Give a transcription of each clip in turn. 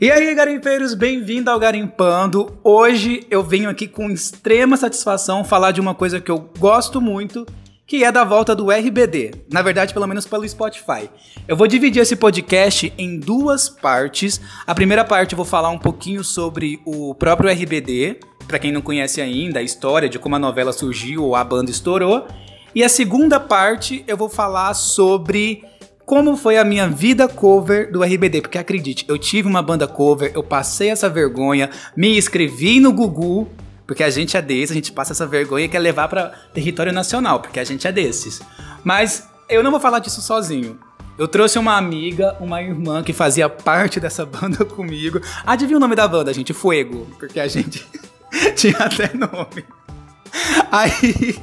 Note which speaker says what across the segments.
Speaker 1: E aí, garimpeiros, bem-vindo ao Garimpando. Hoje eu venho aqui com extrema satisfação falar de uma coisa que eu gosto muito, que é da volta do RBD. Na verdade, pelo menos pelo Spotify. Eu vou dividir esse podcast em duas partes. A primeira parte eu vou falar um pouquinho sobre o próprio RBD, para quem não conhece ainda a história de como a novela surgiu ou a banda estourou. E a segunda parte eu vou falar sobre como foi a minha vida cover do RBD, porque acredite, eu tive uma banda cover, eu passei essa vergonha, me inscrevi no Gugu, porque a gente é desse, a gente passa essa vergonha e quer levar para território nacional, porque a gente é desses. Mas eu não vou falar disso sozinho. Eu trouxe uma amiga, uma irmã que fazia parte dessa banda comigo. Adivinha o nome da banda, gente? Fuego, porque a gente tinha até nome. Aí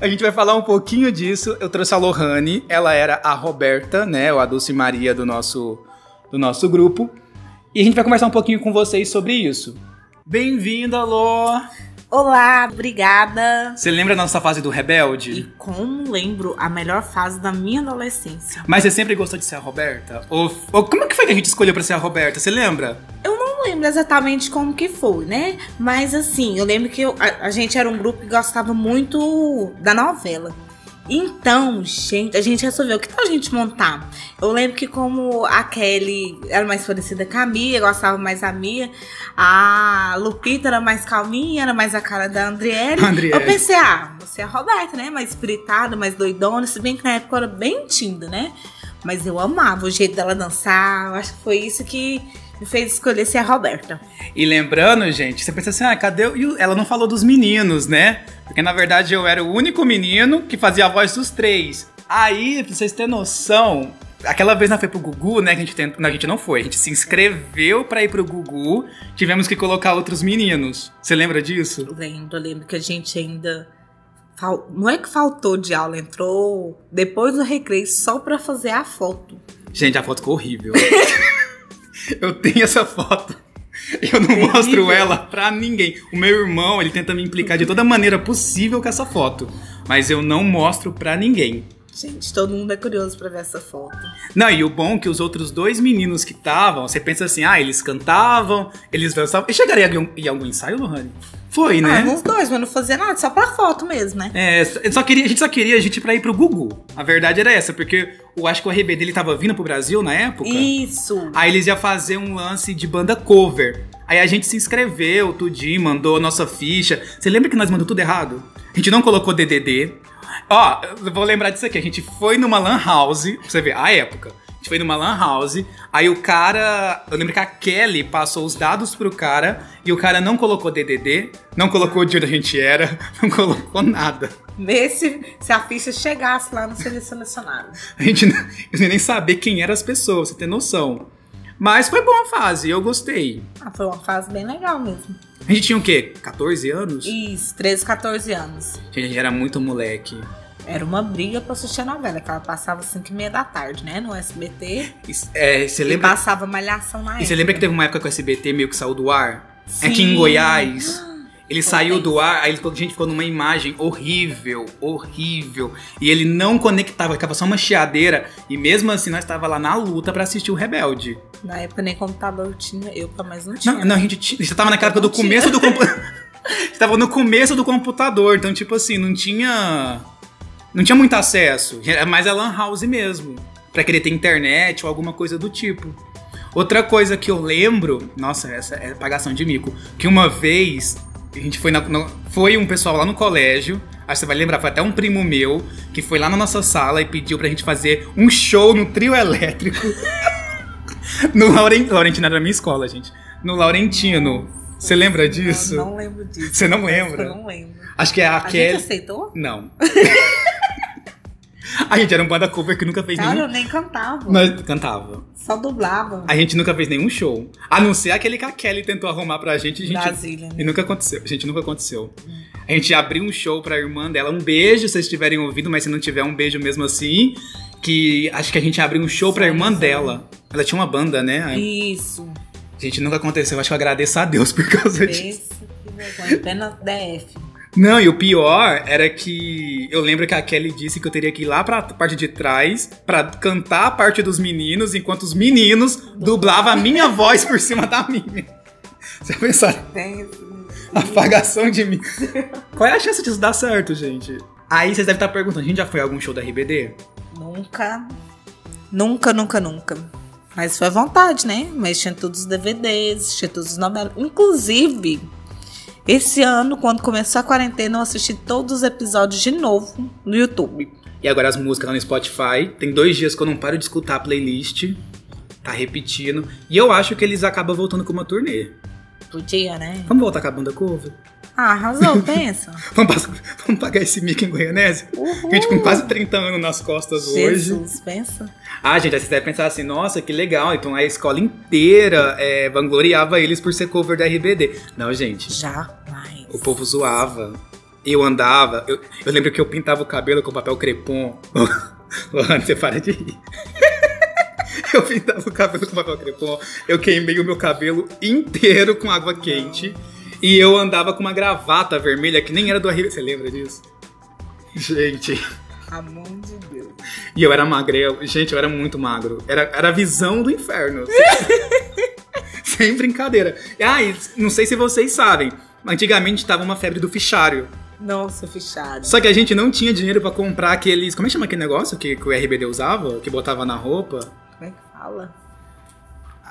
Speaker 1: a gente vai falar um pouquinho disso. Eu trouxe a Lohane, ela era a Roberta, né? Ou a Dulce Maria do nosso, do nosso grupo. E a gente vai conversar um pouquinho com vocês sobre isso. Bem-vinda, Lô!
Speaker 2: Olá, obrigada.
Speaker 1: Você lembra da nossa fase do
Speaker 2: E
Speaker 1: Rebelde?
Speaker 2: como lembro a melhor fase da minha adolescência?
Speaker 1: Mas você sempre gostou de ser a Roberta? Ou, ou como que foi que a gente escolheu pra ser a Roberta? Você lembra?
Speaker 2: Eu não lembro exatamente como que foi, né? Mas assim, eu lembro que eu- a, a gente era um grupo que gostava muito da novela. Então, gente, a gente resolveu, que tal a gente montar? Eu lembro que como a Kelly era mais parecida com a Mia, gostava mais da Mia, a Lupita era mais calminha, era mais a cara da Andriele.
Speaker 1: Andriele.
Speaker 2: Eu pensei, ah, você é a Roberta, né? Mais espiritada, mais doidona, se bem que na época eu era bem tímida, né? Mas eu amava o jeito dela dançar, eu acho que foi isso que me fez escolher ser a Roberta.
Speaker 1: E lembrando, gente, você pensa assim, ah, cadê? o- E o- ela não falou dos meninos, né? Porque na verdade eu era o único menino que fazia a voz dos três. Aí, pra vocês terem noção, aquela vez nós foi pro Gugu, né? Que a gente tentou. Não, a gente não foi. A gente se inscreveu pra ir pro Gugu. Tivemos que colocar outros meninos. Você lembra disso?
Speaker 2: Eu lembro, eu lembro que a gente ainda. fal- Não é que faltou de aula, entrou depois do recreio só pra fazer a foto.
Speaker 1: Gente, a foto ficou horrível. eu tenho essa foto. Eu não
Speaker 2: Terrível.
Speaker 1: mostro ela pra ninguém. O meu irmão, ele tenta me implicar de toda maneira possível com essa foto. Mas eu não mostro pra ninguém.
Speaker 2: Gente, todo mundo é curioso pra ver essa foto.
Speaker 1: Não, e o bom é que os outros dois meninos que estavam, você pensa assim, ah, eles cantavam, eles dançavam. E chegaria em algum, em algum ensaio, Lohane? Foi,
Speaker 2: Ah,
Speaker 1: né?
Speaker 2: nos dois, mas não fazia nada, só pra foto mesmo, né?
Speaker 1: É, só- só queria, a gente só queria a gente pra ir pro Gugu. A verdade era essa, porque eu acho que o RBD ele tava vindo pro Brasil na época.
Speaker 2: Isso!
Speaker 1: Aí eles iam fazer um lance de banda cover. Aí a gente se inscreveu, tudinho, mandou a nossa ficha. Você lembra que nós mandamos tudo errado? A gente não colocou DDD. Ó, eu vou lembrar disso aqui. A gente foi numa lan house, pra você ver, a época. A gente foi numa lan house, aí o cara... Eu lembro que a Kelly passou os dados pro cara e o cara não colocou DDD, não colocou de onde a gente era, não colocou nada.
Speaker 2: Nesse, se a ficha chegasse lá no seria selecionado.
Speaker 1: A gente não- eu nem saber quem eram as pessoas, pra você ter noção. Mas foi boa a fase, eu gostei.
Speaker 2: Ah, foi uma fase bem legal mesmo.
Speaker 1: A gente tinha o quê? 14 anos?
Speaker 2: Isso, 13, 14 anos.
Speaker 1: Gente, a gente era muito moleque.
Speaker 2: Era uma briga pra assistir a novela, que ela passava às 5 e meia da tarde, né? No SBT.
Speaker 1: E, é, você
Speaker 2: E
Speaker 1: lembra,
Speaker 2: passava malhação na
Speaker 1: e você
Speaker 2: época.
Speaker 1: lembra que teve uma época que o SBT meio que saiu do ar? É que em
Speaker 2: Sim.
Speaker 1: Goiás, ele
Speaker 2: Foi
Speaker 1: saiu
Speaker 2: bem.
Speaker 1: do ar, aí ele ficou- a gente ficou numa imagem horrível, horrível. E ele não conectava, ficava só uma chiadeira. E mesmo assim, nós estava lá na luta pra assistir o Rebelde.
Speaker 2: Na época nem computador eu tinha, eu pra mais não tinha.
Speaker 1: Não, não, a gente tinha. Você tava naquela época do
Speaker 2: Não tinha.
Speaker 1: começo do computador. Você tava no começo do computador, então, tipo assim, não tinha. Não tinha muito acesso. Era mais a Lan House mesmo. Pra querer ter internet ou alguma coisa do tipo. Outra coisa que eu lembro. Nossa, essa é pagação de mico. Que uma vez. A gente foi na. na- foi um pessoal lá no colégio. Acho que você vai lembrar, foi até um primo meu que foi lá na nossa sala e pediu pra gente fazer um show no trio elétrico. no Lauren, Laurentino era a minha escola, gente. No Laurentino. Você lembra disso?
Speaker 2: Não, não lembro disso.
Speaker 1: Você não lembra?
Speaker 2: Eu não lembro.
Speaker 1: Acho que é a,
Speaker 2: A
Speaker 1: Kelly.
Speaker 2: gente aceitou?
Speaker 1: Não. a gente era um banda cover que nunca fez
Speaker 2: Cara,
Speaker 1: nenhum.
Speaker 2: eu nem cantava.
Speaker 1: Nós cantava.
Speaker 2: Só dublava.
Speaker 1: A gente nunca fez nenhum show. A não ser aquele que a Kelly tentou arrumar pra gente. e A gente
Speaker 2: Brasília, né?
Speaker 1: E nunca aconteceu, gente, nunca aconteceu.
Speaker 2: Hum.
Speaker 1: A gente abriu um show pra irmã dela, um beijo se vocês tiverem ouvido, mas se não tiver, um beijo mesmo assim. Que acho que a gente abriu um show pra
Speaker 2: Sim,
Speaker 1: irmã
Speaker 2: sim.
Speaker 1: dela. Ela tinha uma banda, né? A
Speaker 2: Isso.
Speaker 1: gente nunca aconteceu, acho que eu agradeço a Deus por causa disso.
Speaker 2: Pensa que vergonha. Pena DF.
Speaker 1: Não, e o pior era que eu lembro que a Kelly disse que eu teria que ir lá pra parte de trás pra cantar a parte dos meninos, enquanto os meninos dublavam a minha voz por cima da minha. Você pensar,
Speaker 2: Tem-
Speaker 1: afagação de mim. Qual é a chance disso dar certo, gente? Aí vocês devem estar perguntando, a gente já foi a algum show da RBD?
Speaker 2: Nunca. Nunca, nunca, nunca. Mas foi à vontade, né? Mas tinha todos os DVDs, tinha todos os novelas. Inclusive, esse ano, quando começou a quarentena, eu assisti todos os episódios de novo no YouTube.
Speaker 1: E agora as músicas lá no Spotify. Tem dois dias que eu não paro de escutar a playlist. Tá repetindo. E eu acho que eles acabam voltando com uma turnê.
Speaker 2: Podia, né?
Speaker 1: Vamos voltar com a banda cover?
Speaker 2: Ah, arrasou, pensa.
Speaker 1: Vamos, pas- vamos pagar esse mico em Goianese?
Speaker 2: Uhul.
Speaker 1: Gente, com quase 30 anos nas costas hoje.
Speaker 2: Jesus, pensa.
Speaker 1: Ah, gente, aí você deve pensar assim, nossa, que legal. Então a escola inteira é, vangloriava eles por ser cover da RBD. Não, gente.
Speaker 2: Jamais.
Speaker 1: O povo zoava. Eu andava. Eu, eu lembro que eu pintava o cabelo com papel crepom. Luana, você para de rir. Eu pintava o cabelo com papel crepom. Eu queimei o meu cabelo inteiro com água quente. E eu andava com uma gravata vermelha que nem era do Arriba. Você lembra disso? Gente.
Speaker 2: Amor de Deus.
Speaker 1: E eu era magrelo. Gente, eu era muito magro. Era, era a visão do inferno. Sem brincadeira. Ah, e não sei se vocês sabem. Antigamente tava uma febre do fichário.
Speaker 2: Nossa, fechado.
Speaker 1: Só que a gente não tinha dinheiro pra comprar aqueles. Como é que chama aquele negócio que, que o RBD usava? Que botava na roupa?
Speaker 2: Como é que fala?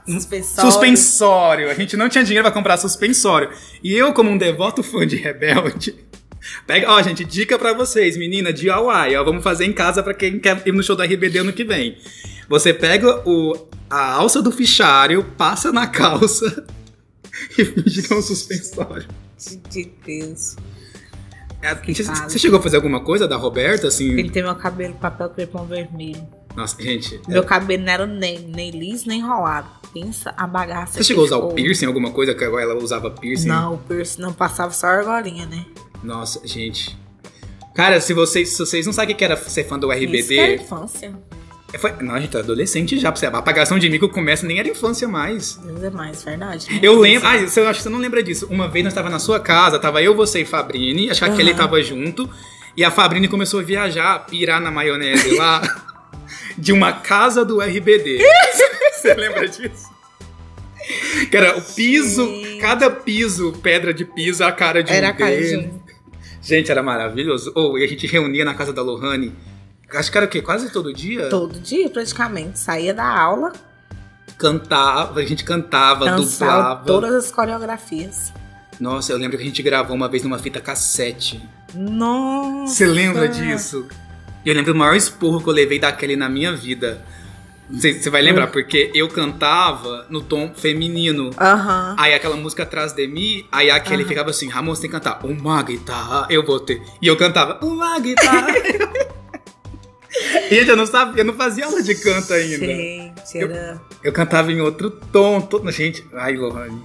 Speaker 1: Hum,
Speaker 2: Suspensório.
Speaker 1: Suspensório. A gente não tinha dinheiro pra comprar suspensório. E eu, como um devoto fã de Rebelde. Pega, ó, gente, dica pra vocês, menina, DIY, ó, vamos fazer em casa pra quem quer ir no show da RBD ano que vem. Você pega o, a alça do fichário, passa na calça e finge que é um suspensório.
Speaker 2: De Deus.
Speaker 1: É, gente,
Speaker 2: fala.
Speaker 1: Você chegou a fazer alguma coisa da Roberta, assim?
Speaker 2: Pintei meu cabelo com papel crepom vermelho.
Speaker 1: Nossa, gente. é-
Speaker 2: Meu cabelo não era nem, nem liso nem enrolado. Pensa a bagaça.
Speaker 1: Você chegou a
Speaker 2: que
Speaker 1: usar o
Speaker 2: ficou.
Speaker 1: piercing, alguma coisa que ela usava piercing?
Speaker 2: Não, o piercing não passava só a argolinha, né?
Speaker 1: Nossa, gente. Cara, se vocês, se vocês não sabem o que era ser fã do
Speaker 2: Isso que era
Speaker 1: RBD.
Speaker 2: infância.
Speaker 1: Foi... Não, a gente tá adolescente já, pra você. A apagação de mico começa nem era infância mais.
Speaker 2: Deus é mais, verdade. né?
Speaker 1: Eu lembro. Ah, você, eu acho que você não lembra disso. Uma vez nós tava na sua casa, tava eu, você e Fabrini. Acho que a
Speaker 2: Aham.
Speaker 1: Kelly tava junto. E a Fabrini começou a viajar, pirar na maionese lá. de uma casa do RBD. você lembra disso? Que era o piso,
Speaker 2: Gente.
Speaker 1: cada piso, pedra de piso, a cara de
Speaker 2: Era
Speaker 1: um
Speaker 2: a cara de
Speaker 1: deles.
Speaker 2: um.
Speaker 1: Gente, era maravilhoso. Ou e a gente reunia na casa da Lohane. Acho que era o quê? Quase todo dia?
Speaker 2: Todo dia, praticamente. Saía da aula,
Speaker 1: Cantava, a gente cantava,
Speaker 2: dançava
Speaker 1: dublava.
Speaker 2: todas as coreografias.
Speaker 1: Nossa, eu lembro que a gente gravou uma vez numa fita cassete.
Speaker 2: Nossa.
Speaker 1: Você lembra disso? E eu lembro o maior esporro que eu levei da Kelly na minha vida. Não sei se Você vai lembrar, porque eu cantava no tom feminino.
Speaker 2: Aham.
Speaker 1: Aí aquela música atrás de mim, aí a Kelly
Speaker 2: Aham.
Speaker 1: ficava assim, Ramon, você tem que cantar uma guitarra, eu vou ter. E eu cantava, uma guitarra. Gente, eu não sabia, eu não fazia aula de canto ainda.
Speaker 2: Gente,
Speaker 1: Eu-
Speaker 2: era.
Speaker 1: Eu cantava em outro tom. Todo... Gente, ai, Lohane.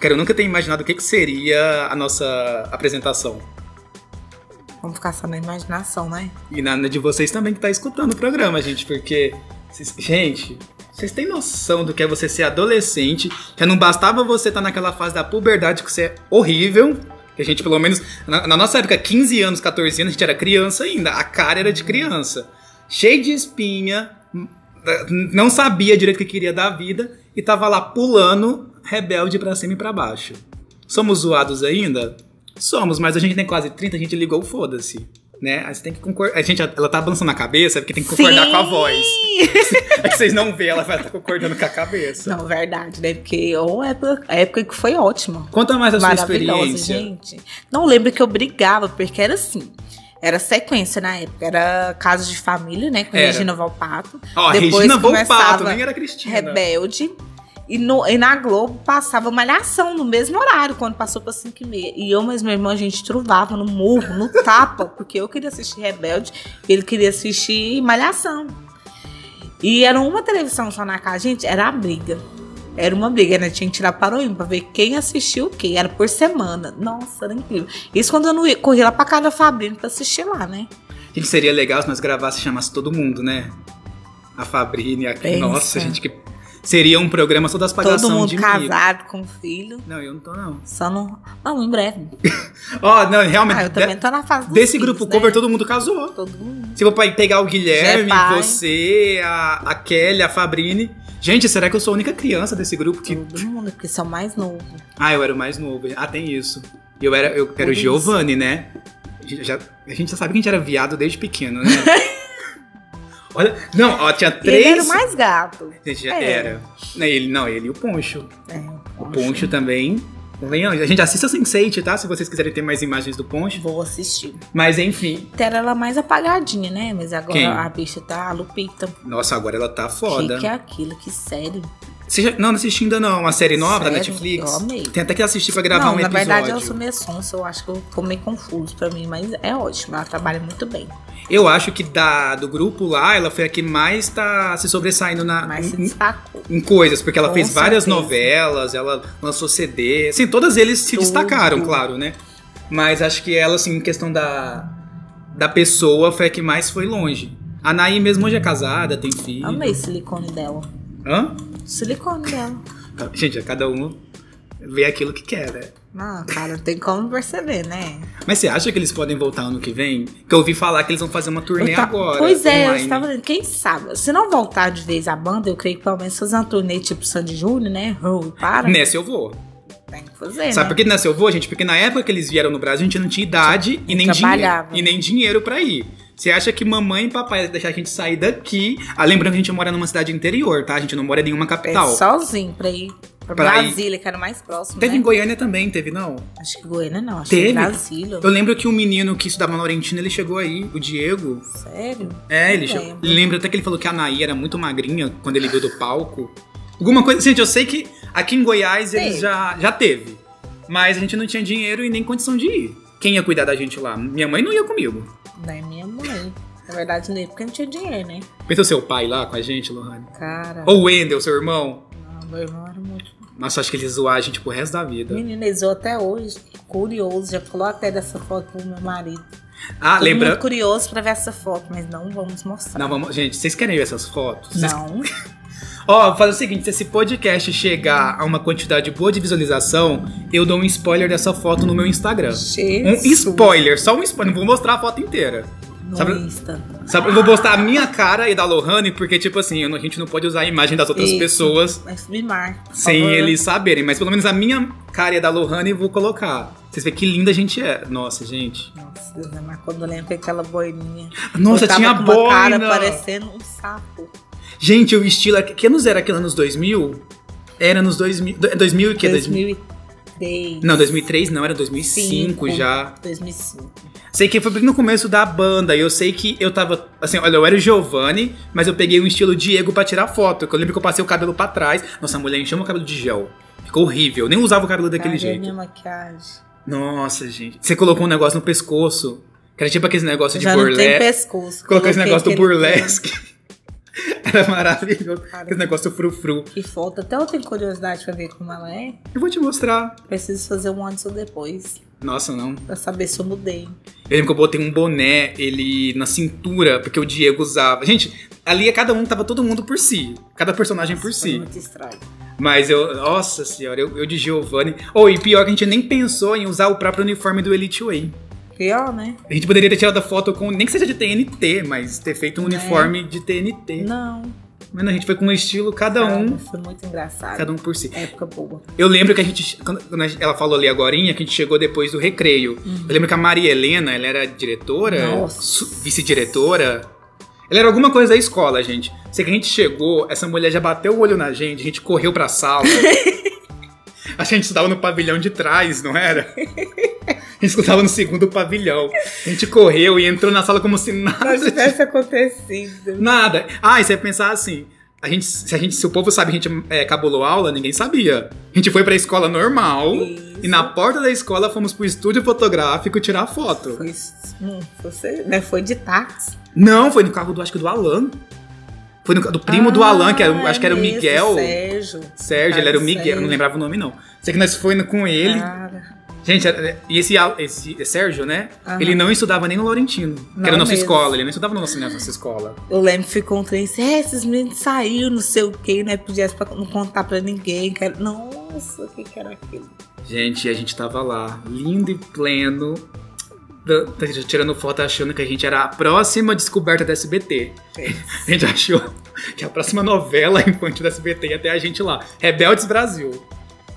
Speaker 1: Cara, eu nunca tenho imaginado o que, que seria a nossa apresentação.
Speaker 2: Vamos ficar só na imaginação, né?
Speaker 1: E na na de vocês também que tá escutando o programa, gente, porque. vocês- gente, vocês têm noção do que é você ser adolescente? Já não bastava você estar naquela fase da puberdade que você é horrível. Que a gente, pelo menos. Na, na nossa época, 15 anos, 14 anos, a gente era criança ainda. A cara era de criança. Cheio de espinha, n- não sabia direito o que queria da vida e tava lá pulando, rebelde pra cima e pra baixo. Somos zoados ainda? Somos, mas a gente tem quase 30, a gente ligou, foda-se. Né? Aí você tem que concordar. A gente, ela tá balançando a cabeça porque tem que concordar
Speaker 2: Sim!
Speaker 1: com a voz. É que vocês não vê, ela vai estar concordando com a cabeça.
Speaker 2: Não, verdade, né? Porque ou é época, a época que foi ótima.
Speaker 1: Conta mais a sua
Speaker 2: Maravilhosa,
Speaker 1: experiência.
Speaker 2: gente. Não lembro que eu brigava, porque era assim. Era sequência na época. Era Casa de Família, né? Com
Speaker 1: Era.
Speaker 2: Regina Valpato.
Speaker 1: Ó,
Speaker 2: Depois
Speaker 1: Regina Volpato,
Speaker 2: começava
Speaker 1: nem era Cristina.
Speaker 2: Rebelde. E, no- e na Globo passava Malhação no mesmo horário, quando passou para 5 e meia. E eu, mas meu irmão, a gente truvava no murro, no tapa, porque eu queria assistir Rebelde e ele queria assistir Malhação. E era uma televisão só na casa. Gente, era a briga. Era uma briga, né? Tinha que tirar paroinho pra ver quem assistiu o quê. Era por semana. Nossa, era incrível. Isso quando eu não ia, corri lá pra casa da Fabrina pra assistir lá, né?
Speaker 1: Gente, seria legal se nós gravássemos e chamasse todo mundo, né? A Fabrini, a...
Speaker 2: Pensa.
Speaker 1: Nossa, gente, que... Seria um programa só das
Speaker 2: Todo
Speaker 1: pagação
Speaker 2: mundo
Speaker 1: de mico.
Speaker 2: casado com filho.
Speaker 1: Não, eu não tô, não.
Speaker 2: Só não. Não, em breve.
Speaker 1: Ó, não, realmente.
Speaker 2: Ah, eu também tô na
Speaker 1: de-
Speaker 2: fase dos
Speaker 1: desse
Speaker 2: filhos,
Speaker 1: grupo
Speaker 2: né?
Speaker 1: cover, todo mundo casou.
Speaker 2: Todo mundo.
Speaker 1: Se eu for pegar o Guilherme,
Speaker 2: Já é pai.
Speaker 1: você, a, a Kelly, a Fabrini. Gente, será que eu sou a única criança desse grupo que.
Speaker 2: Todo mundo, porque são mais novos.
Speaker 1: Ah, eu era o mais novo. Ah, tem isso. Eu era, eu era
Speaker 2: Tudo
Speaker 1: o
Speaker 2: isso.
Speaker 1: Giovanni, né? A gente já- a gente já sabe que a gente era viado desde pequeno, né? Olha, não, ó, tinha
Speaker 2: E ele
Speaker 1: três.
Speaker 2: era o mais gato.
Speaker 1: Gente,
Speaker 2: É.
Speaker 1: era. Não, ele, não, ele e o Poncho.
Speaker 2: É,
Speaker 1: O Poncho também. Convenhamos. A gente assiste a Sense8, tá? Se vocês quiserem ter mais imagens do Poncho.
Speaker 2: Vou assistir.
Speaker 1: Mas enfim.
Speaker 2: Até era ela mais apagadinha, né? Mas agora
Speaker 1: Quem?
Speaker 2: a bicha tá a Lupita.
Speaker 1: Nossa, agora ela tá
Speaker 2: O
Speaker 1: foda.
Speaker 2: Que, que é aquilo? Que sério.
Speaker 1: Você já- não, não assisti ainda não. Uma série nova da
Speaker 2: Sério?
Speaker 1: Netflix.
Speaker 2: Eu amei.
Speaker 1: Tem até que assistir pra gravar
Speaker 2: não,
Speaker 1: um
Speaker 2: na
Speaker 1: episódio.
Speaker 2: verdade eu sou meio sonsa, eu acho que eu tô meio confuso pra mim, mas é ótimo, ela trabalha muito bem.
Speaker 1: Eu acho que da, do grupo lá, ela foi a que mais tá se sobressaindo na,
Speaker 2: Mas se
Speaker 1: em,
Speaker 2: destacou.
Speaker 1: em coisas, porque ela
Speaker 2: Com
Speaker 1: fez várias
Speaker 2: certeza.
Speaker 1: novelas, ela lançou CD. Assim, todas eles se
Speaker 2: Tudo.
Speaker 1: destacaram, claro, né? Mas acho que ela, assim, em questão da, da pessoa, foi a que mais foi longe. A Naí mesmo hoje é casada, tem filho.
Speaker 2: Amei o silicone dela.
Speaker 1: Hã?
Speaker 2: O silicone dela.
Speaker 1: Gente, é cada um vê aquilo que quer, né?
Speaker 2: Não, Ah, cara, não tem como perceber, né?
Speaker 1: Mas você acha que eles podem voltar ano que vem? Que eu ouvi falar que eles vão fazer uma turnê
Speaker 2: Eu ta-
Speaker 1: agora.
Speaker 2: Pois é, eu
Speaker 1: online.
Speaker 2: estava dizendo, quem sabe? Se não voltar de vez a banda, eu creio que pelo menos fazer uma turnê tipo Sandy Júnior, né? Rui, para.
Speaker 1: Nessa eu vou.
Speaker 2: Tem que fazer,
Speaker 1: Sabe
Speaker 2: né?
Speaker 1: por que nessa eu vou, gente? Porque na época que eles vieram no Brasil, a gente não tinha idade e nem, dinheiro,
Speaker 2: Trabalhava.
Speaker 1: e nem dinheiro pra ir. Você acha que mamãe e papai vão deixar a gente sair daqui? Ah, lembrando que a gente mora numa cidade interior, tá? A gente não mora em nenhuma
Speaker 2: É
Speaker 1: capital.
Speaker 2: sozinho pra ir pra,
Speaker 1: Pra ir.
Speaker 2: Brasília, que era o mais próximo.
Speaker 1: Teve
Speaker 2: né?
Speaker 1: em Goiânia também, teve não?
Speaker 2: Acho que Goiânia não, acho
Speaker 1: Teve?
Speaker 2: que Brasília.
Speaker 1: Eu lembro que um menino que estudava na Laurentina, ele chegou aí, o Diego.
Speaker 2: Sério?
Speaker 1: É,
Speaker 2: Não
Speaker 1: ele chegou.
Speaker 2: lembro.
Speaker 1: Lembro até que ele falou que a Anaí era muito magrinha quando ele veio do palco. Alguma coisa. Gente, eu sei que aqui em Goiás eles
Speaker 2: Teve.
Speaker 1: já, já teve. Mas a gente não tinha dinheiro e nem condição de ir. Quem ia cuidar da gente lá? Minha mãe não ia comigo.
Speaker 2: Da é minha mãe. Na verdade, nem porque não tinha dinheiro, né?
Speaker 1: Pensa o seu pai lá com a gente, Lohane.
Speaker 2: Cara,
Speaker 1: Ou o Wendel, seu irmão.
Speaker 2: não, meu irmão era muito.
Speaker 1: Nossa, acho que ele zoar a gente pro resto da vida.
Speaker 2: Menina, ele zoou até hoje. Curioso, já falou até dessa foto pro meu marido.
Speaker 1: Ah,
Speaker 2: Todo mundo
Speaker 1: lembra?
Speaker 2: curioso pra ver essa foto, mas não vamos mostrar.
Speaker 1: Não, vamos. Gente, vocês querem ver essas fotos? Vocês-
Speaker 2: Não.
Speaker 1: Ó, vou fazer o seguinte: se esse podcast chegar a uma quantidade boa de visualização, eu dou um spoiler dessa foto no meu Instagram. Um
Speaker 2: Jesus.
Speaker 1: spoiler, só um spoiler. Não vou mostrar a foto inteira.
Speaker 2: No
Speaker 1: Sabe-
Speaker 2: Insta.
Speaker 1: Sabe? Eu vou mostrar a minha cara e da Lohane, porque, tipo assim, eu não- a gente não pode usar a imagem das outras
Speaker 2: Isso.
Speaker 1: pessoas
Speaker 2: Mas me marca. por
Speaker 1: sem
Speaker 2: favor.
Speaker 1: eles saberem. Mas pelo menos a minha cara e a da Lohane eu vou colocar. Vocês veem que linda a gente é. Nossa, gente.
Speaker 2: Nossa, Deus, mas quando eu lembro aquela boininha.
Speaker 1: Nossa,
Speaker 2: eu tava
Speaker 1: tinha
Speaker 2: com uma cara
Speaker 1: boina.
Speaker 2: parecendo um sapo.
Speaker 1: Gente, o estilo. Que anos era aquele anos 2000? Era nos 2000. do- 2000 e que? 2000?
Speaker 2: 2003.
Speaker 1: Não, 2003 não, era 2005
Speaker 2: Cinco.
Speaker 1: já.
Speaker 2: 2005.
Speaker 1: Sei que foi bem no começo da banda, e eu sei que eu tava. Assim, olha, eu era o Giovanni, mas eu peguei um estilo Diego pra tirar foto. Que eu lembro que eu passei o cabelo pra trás. Nossa, a mulher encheu meu cabelo de gel. Ficou horrível. Eu nem usava o cabelo daquele
Speaker 2: Cadê
Speaker 1: jeito.
Speaker 2: é minha maquiagem?
Speaker 1: Nossa, gente. Você colocou um negócio no pescoço. Que era tipo aquele negócio
Speaker 2: Eu
Speaker 1: de
Speaker 2: já não tenho
Speaker 1: burlesque.
Speaker 2: pescoço.
Speaker 1: Colocou é esse
Speaker 2: Coloquei
Speaker 1: negócio do
Speaker 2: aquele-
Speaker 1: burlesque. era maravilhoso.
Speaker 2: Cara,
Speaker 1: Aquele negócio do frufru.
Speaker 2: Que falta. Até eu tenho curiosidade pra ver como ela é.
Speaker 1: Eu vou te mostrar.
Speaker 2: Preciso fazer um antes ou depois.
Speaker 1: Nossa, não.
Speaker 2: Pra saber se eu mudei.
Speaker 1: Eu lembro que eu botei um boné, ele na cintura, porque o Diego usava. Gente, ali cada um tava todo mundo por si. Cada personagem É por
Speaker 2: Foi
Speaker 1: si.
Speaker 2: muito estranho.
Speaker 1: Mas eu. Nossa senhora, eu, eu de Giovanni. Ou e pior que a gente nem pensou em usar o próprio uniforme do Elite Way.
Speaker 2: Pior, né?
Speaker 1: A gente poderia ter tirado a foto com. Nem que seja de TNT, mas ter feito um
Speaker 2: Né?
Speaker 1: uniforme de TNT.
Speaker 2: Não.
Speaker 1: Mas não, a gente foi com um estilo, cada um.
Speaker 2: Cara, Foi muito engraçado.
Speaker 1: Cada um por si.
Speaker 2: Época boa.
Speaker 1: Eu lembro que a gente. Quando quando a gente- ela falou ali agora que a gente chegou depois do recreio. Eu lembro que a Maria Helena, ela era diretora,
Speaker 2: Nossa.
Speaker 1: su- vice-diretora. Ela era alguma coisa da escola, gente. Sei que a gente chegou, essa mulher já bateu o olho na gente, a gente correu pra sala. a gente estudava no pavilhão de trás, não era? A gente estudava no segundo pavilhão. A gente correu e entrou na sala como se
Speaker 2: Não
Speaker 1: nada
Speaker 2: tivesse acontecido.
Speaker 1: Nada. Ah, e você pensar assim. A gente, se, a gente, se o povo sabe que a gente é, cabulou aula, ninguém sabia. A gente foi pra escola normal
Speaker 2: Isso.
Speaker 1: e na porta da escola fomos pro estúdio fotográfico tirar foto.
Speaker 2: Foi, isso. Hum, você, né? Foi de táxi.
Speaker 1: Não, foi no carro do, acho que do Alan. Foi no- do primo do
Speaker 2: Ah,
Speaker 1: Alan, que era, o- acho que era o
Speaker 2: é mesmo,
Speaker 1: Miguel. Sérgio,
Speaker 2: Sérgio.
Speaker 1: ele era o Miguel,
Speaker 2: Sérgio. Ah.
Speaker 1: eu não lembrava o nome, não. Sei que nós fomos com ele.
Speaker 2: Cara,
Speaker 1: Gente, era- e esse, Al- esse Sérgio, né?
Speaker 2: Aham.
Speaker 1: Ele não estudava nem no Laurentino, que
Speaker 2: Não
Speaker 1: era a nossa
Speaker 2: mesmo.
Speaker 1: escola. Ele não estudava na nossa, na nossa escola.
Speaker 2: eu lembro que ficou um trem assim, é, esses meninos saíram, não sei o quê, né? Podia pra- não contar pra ninguém. que era- Nossa, o que, que era aquilo?
Speaker 1: Gente, a gente tava lá, lindo e pleno, da- da- tirando foto achando que a gente era a próxima descoberta da SBT. A gente achou que a próxima novela infantil da SBT ia ter a gente lá. Rebeldes Brasil.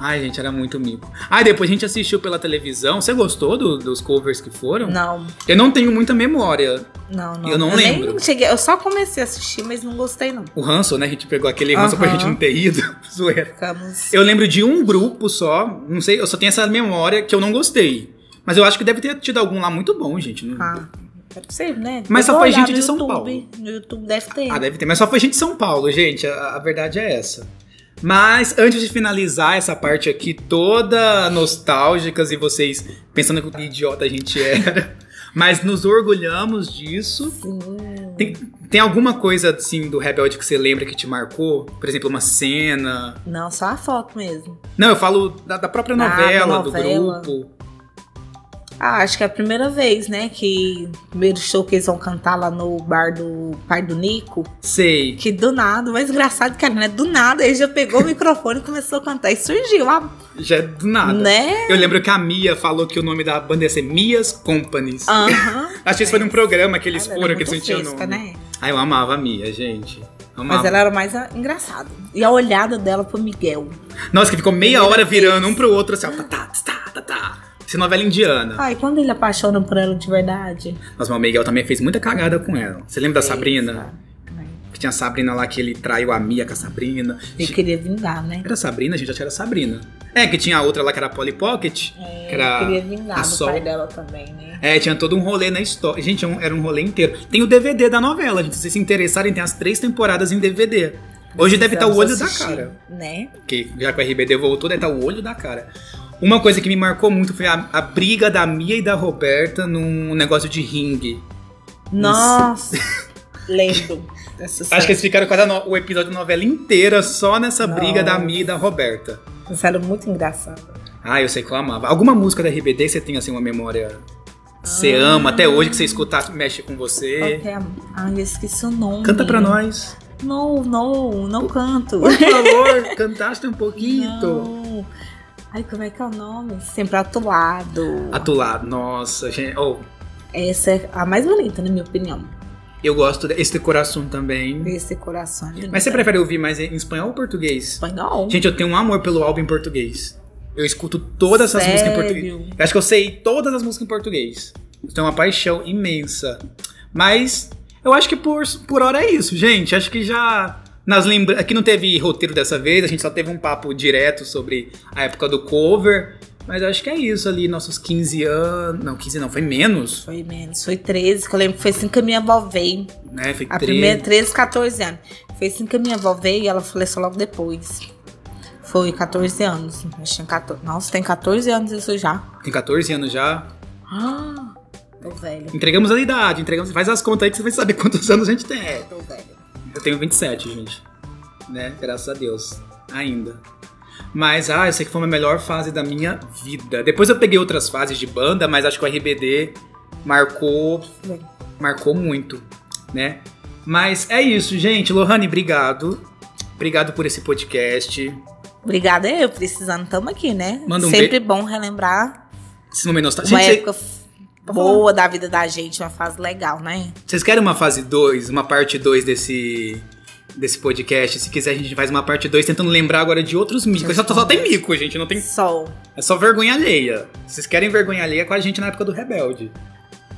Speaker 1: Ai, gente, era muito mico. Ai, depois a gente assistiu pela televisão. Você gostou do- dos covers que foram?
Speaker 2: Não,
Speaker 1: Eu não tenho muita memória.
Speaker 2: não, não.
Speaker 1: Eu não
Speaker 2: nem
Speaker 1: lembro.
Speaker 2: cheguei, eu só comecei a assistir, mas não gostei, não.
Speaker 1: O Hanson, né? A gente pegou aquele Hanson pra
Speaker 2: Aham.
Speaker 1: gente não ter ido. Zoeira.
Speaker 2: Ficamos.
Speaker 1: Eu lembro de um grupo só, não sei, eu só tenho essa memória que eu não gostei. Mas eu acho que deve ter tido algum lá muito bom, gente. né?
Speaker 2: Ah, deve ser, né?
Speaker 1: Mas
Speaker 2: Eu
Speaker 1: só
Speaker 2: vou
Speaker 1: foi
Speaker 2: olhar
Speaker 1: gente
Speaker 2: no
Speaker 1: de São
Speaker 2: YouTube,
Speaker 1: Paulo.
Speaker 2: No YouTube deve ter.
Speaker 1: Ah, deve ter, mas só foi gente de São Paulo, gente. A, a verdade é essa. Mas antes de finalizar essa parte aqui toda nostálgicas e vocês pensando que idiota a gente era, mas nos orgulhamos disso.
Speaker 2: assim, Sim.
Speaker 1: Tem alguma coisa assim do Rebelde que você lembra que te marcou? Por exemplo, uma cena?
Speaker 2: Não, só a foto mesmo.
Speaker 1: Não, eu falo da, da própria
Speaker 2: Ah, da
Speaker 1: novela, do
Speaker 2: novela.
Speaker 1: grupo.
Speaker 2: Ah, acho que é a primeira vez, né? Que primeiro show que eles vão cantar lá no bar do pai do Nico.
Speaker 1: Sei.
Speaker 2: Que do nada, o mais engraçado, cara, né? Do nada, ele já pegou o microfone e começou a cantar. E surgiu a.
Speaker 1: Já é do nada.
Speaker 2: Né?
Speaker 1: Eu lembro que a Mia falou que o nome da banda ia ser Mia's Companies.
Speaker 2: Aham.
Speaker 1: Acho que isso foi num programa que eles
Speaker 2: Ah, Ela era
Speaker 1: foram, que eles não
Speaker 2: muito
Speaker 1: tinham
Speaker 2: fresca,
Speaker 1: nome.
Speaker 2: né?
Speaker 1: Ai, eu amava a Mia, gente. Amava.
Speaker 2: Mas ela era o mais ah, engraçada. E a olhada dela pro Miguel.
Speaker 1: Nossa, que ficou meia
Speaker 2: Primeira
Speaker 1: hora
Speaker 2: vez.
Speaker 1: virando um pro outro, assim, ó, tá, tá, tá, tá, tá. Essa novela indiana.
Speaker 2: Ai, quando ele apaixona por ela de verdade.
Speaker 1: Mas o Miguel também fez muita cagada com ela. Você lembra da Sabrina?
Speaker 2: Essa.
Speaker 1: Que tinha a Sabrina lá que ele traiu a Mia com a Sabrina.
Speaker 2: né? Ele queria vingar, né?
Speaker 1: Era Sabrina, gente, acho que era Sabrina. É, que tinha a outra lá que era a Polly Pocket. que
Speaker 2: Ele
Speaker 1: era...
Speaker 2: queria vingar
Speaker 1: a
Speaker 2: do
Speaker 1: Sol.
Speaker 2: pai dela também, né?
Speaker 1: É, tinha todo um rolê na história. Gente, é um- era um rolê inteiro. Tem o DVD da novela, gente. Se vocês se interessarem, tem as três temporadas em DVD. Hoje deve estar o olho
Speaker 2: Precisamos
Speaker 1: da
Speaker 2: assistir,
Speaker 1: cara.
Speaker 2: Né?
Speaker 1: Porque já que o RBD voltou, deve estar o olho da cara. Uma coisa que me marcou muito foi a, a briga da Mia e da Roberta num negócio de ringue.
Speaker 2: Nossa! Lembro. dessa
Speaker 1: Acho
Speaker 2: cena.
Speaker 1: que eles ficaram quase a no- o episódio da novela inteira só nessa briga da
Speaker 2: Nossa.
Speaker 1: Mia e da Roberta.
Speaker 2: Isso era é muito engraçado.
Speaker 1: Ah, eu sei que eu amava. Alguma música da RBD você tem assim uma memória. Você ama até hoje que você escutar mexe com você.
Speaker 2: Qual que é a- Ai, eu esqueci o nome.
Speaker 1: Canta pra nós.
Speaker 2: Não, não, não canto.
Speaker 1: Por favor, cantaste um pouquinho.
Speaker 2: Não. Ai, como é que é o nome? Sempre atulado.
Speaker 1: Atulado, nossa, gente. Oh,
Speaker 2: Essa é a mais bonita, na minha opinião.
Speaker 1: eu gosto desse coração também.
Speaker 2: Esse coração. é lindo.
Speaker 1: Mas você prefere ouvir mais em espanhol ou português?
Speaker 2: Espanhol.
Speaker 1: Gente, eu tenho um amor pelo álbum em português. Eu escuto todas essas músicas em português.
Speaker 2: Sério?
Speaker 1: Eu acho que eu sei todas as músicas em português. Eu tenho uma paixão imensa. Mas eu acho que por, por hora é isso, gente. Acho que já. Nas lembra... Aqui não teve roteiro dessa vez, a gente só teve um papo direto sobre a época do cover. Mas acho que é isso ali, nossos 15 anos. Não, 15 não, foi menos.
Speaker 2: Foi menos, foi 13, que eu lembro que foi assim que a minha avó veio.
Speaker 1: Né? Foi 13.
Speaker 2: A primeira, 13, 14 anos. Foi assim que a minha avó veio e ela faleceu logo depois. Foi 14 anos. Acho que 14. Nossa, tem 14 anos isso já.
Speaker 1: Tem 14 anos já.
Speaker 2: Ah, tô velha.
Speaker 1: Entregamos a idade, entregamos. Faz as contas aí que você vai saber quantos anos a gente tem. É,
Speaker 2: Tô velha.
Speaker 1: Eu tenho 27, gente. Né? Graças a Deus. Ainda. Mas, ah, eu sei que foi uma melhor fase da minha vida. Depois eu peguei outras fases de banda, mas acho que o RBD marcou.
Speaker 2: Bem.
Speaker 1: Marcou muito, né? Mas é isso, gente. Lohane, obrigado. Obrigado por esse podcast.
Speaker 2: Obrigada, eu precisando, tamo aqui, né?
Speaker 1: Manda um
Speaker 2: Sempre bom relembrar
Speaker 1: Se não me nostal-
Speaker 2: uma
Speaker 1: Gente, Tá
Speaker 2: época f-
Speaker 1: Pode
Speaker 2: boa da vida da gente, uma fase legal, né?
Speaker 1: Vocês querem uma fase 2, uma parte 2 desse, desse podcast? Se quiser, a gente faz uma parte 2 tentando lembrar agora de outros micos. Só, só tem mico, gente. Não tem,
Speaker 2: Sol.
Speaker 1: é só vergonha alheia. Vocês querem vergonha alheia com a gente na época do Rebelde.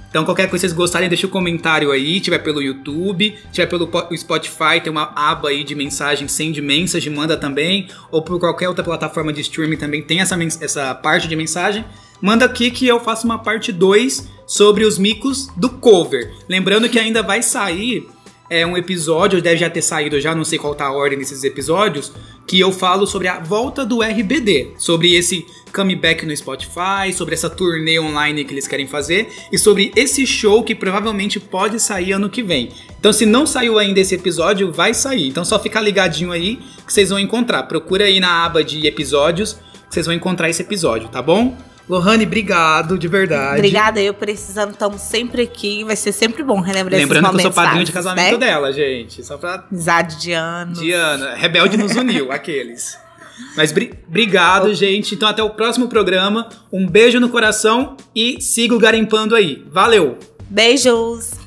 Speaker 1: Então, qualquer coisa que vocês gostarem, deixa o comentário aí. Tiver pelo YouTube, tiver pelo po- o Spotify, tem uma aba aí de mensagem, send message, manda também. Ou por qualquer outra plataforma de streaming também tem essa, mens- essa parte de mensagem. Manda aqui que eu faço uma parte 2 sobre os micos do cover. Lembrando que ainda vai sair é um episódio, deve já ter saído já, não sei qual tá a ordem desses episódios, que eu falo sobre a volta do RBD, sobre esse comeback no Spotify, sobre essa turnê online que eles querem fazer e sobre esse show que provavelmente pode sair ano que vem. Então, se não saiu ainda esse episódio, vai sair. Então, só fica ligadinho aí que vocês vão encontrar. Procura aí na aba de episódios que vocês vão encontrar esse episódio, tá bom? Lohane, obrigado, de verdade.
Speaker 2: Obrigada, eu precisando, estamos sempre aqui. Vai ser sempre bom
Speaker 1: Lembrando
Speaker 2: relembrar esses
Speaker 1: que eu sou
Speaker 2: momentos.
Speaker 1: padrinho
Speaker 2: sabe?
Speaker 1: de casamento
Speaker 2: né?
Speaker 1: dela, gente. Só pra
Speaker 2: Amizade de ano.
Speaker 1: Diana, Rebelde nos uniu, aqueles. Mas bri- obrigado, gente. Então até o próximo programa. Um beijo no coração e siga o garimpando aí. Valeu!
Speaker 2: Beijos!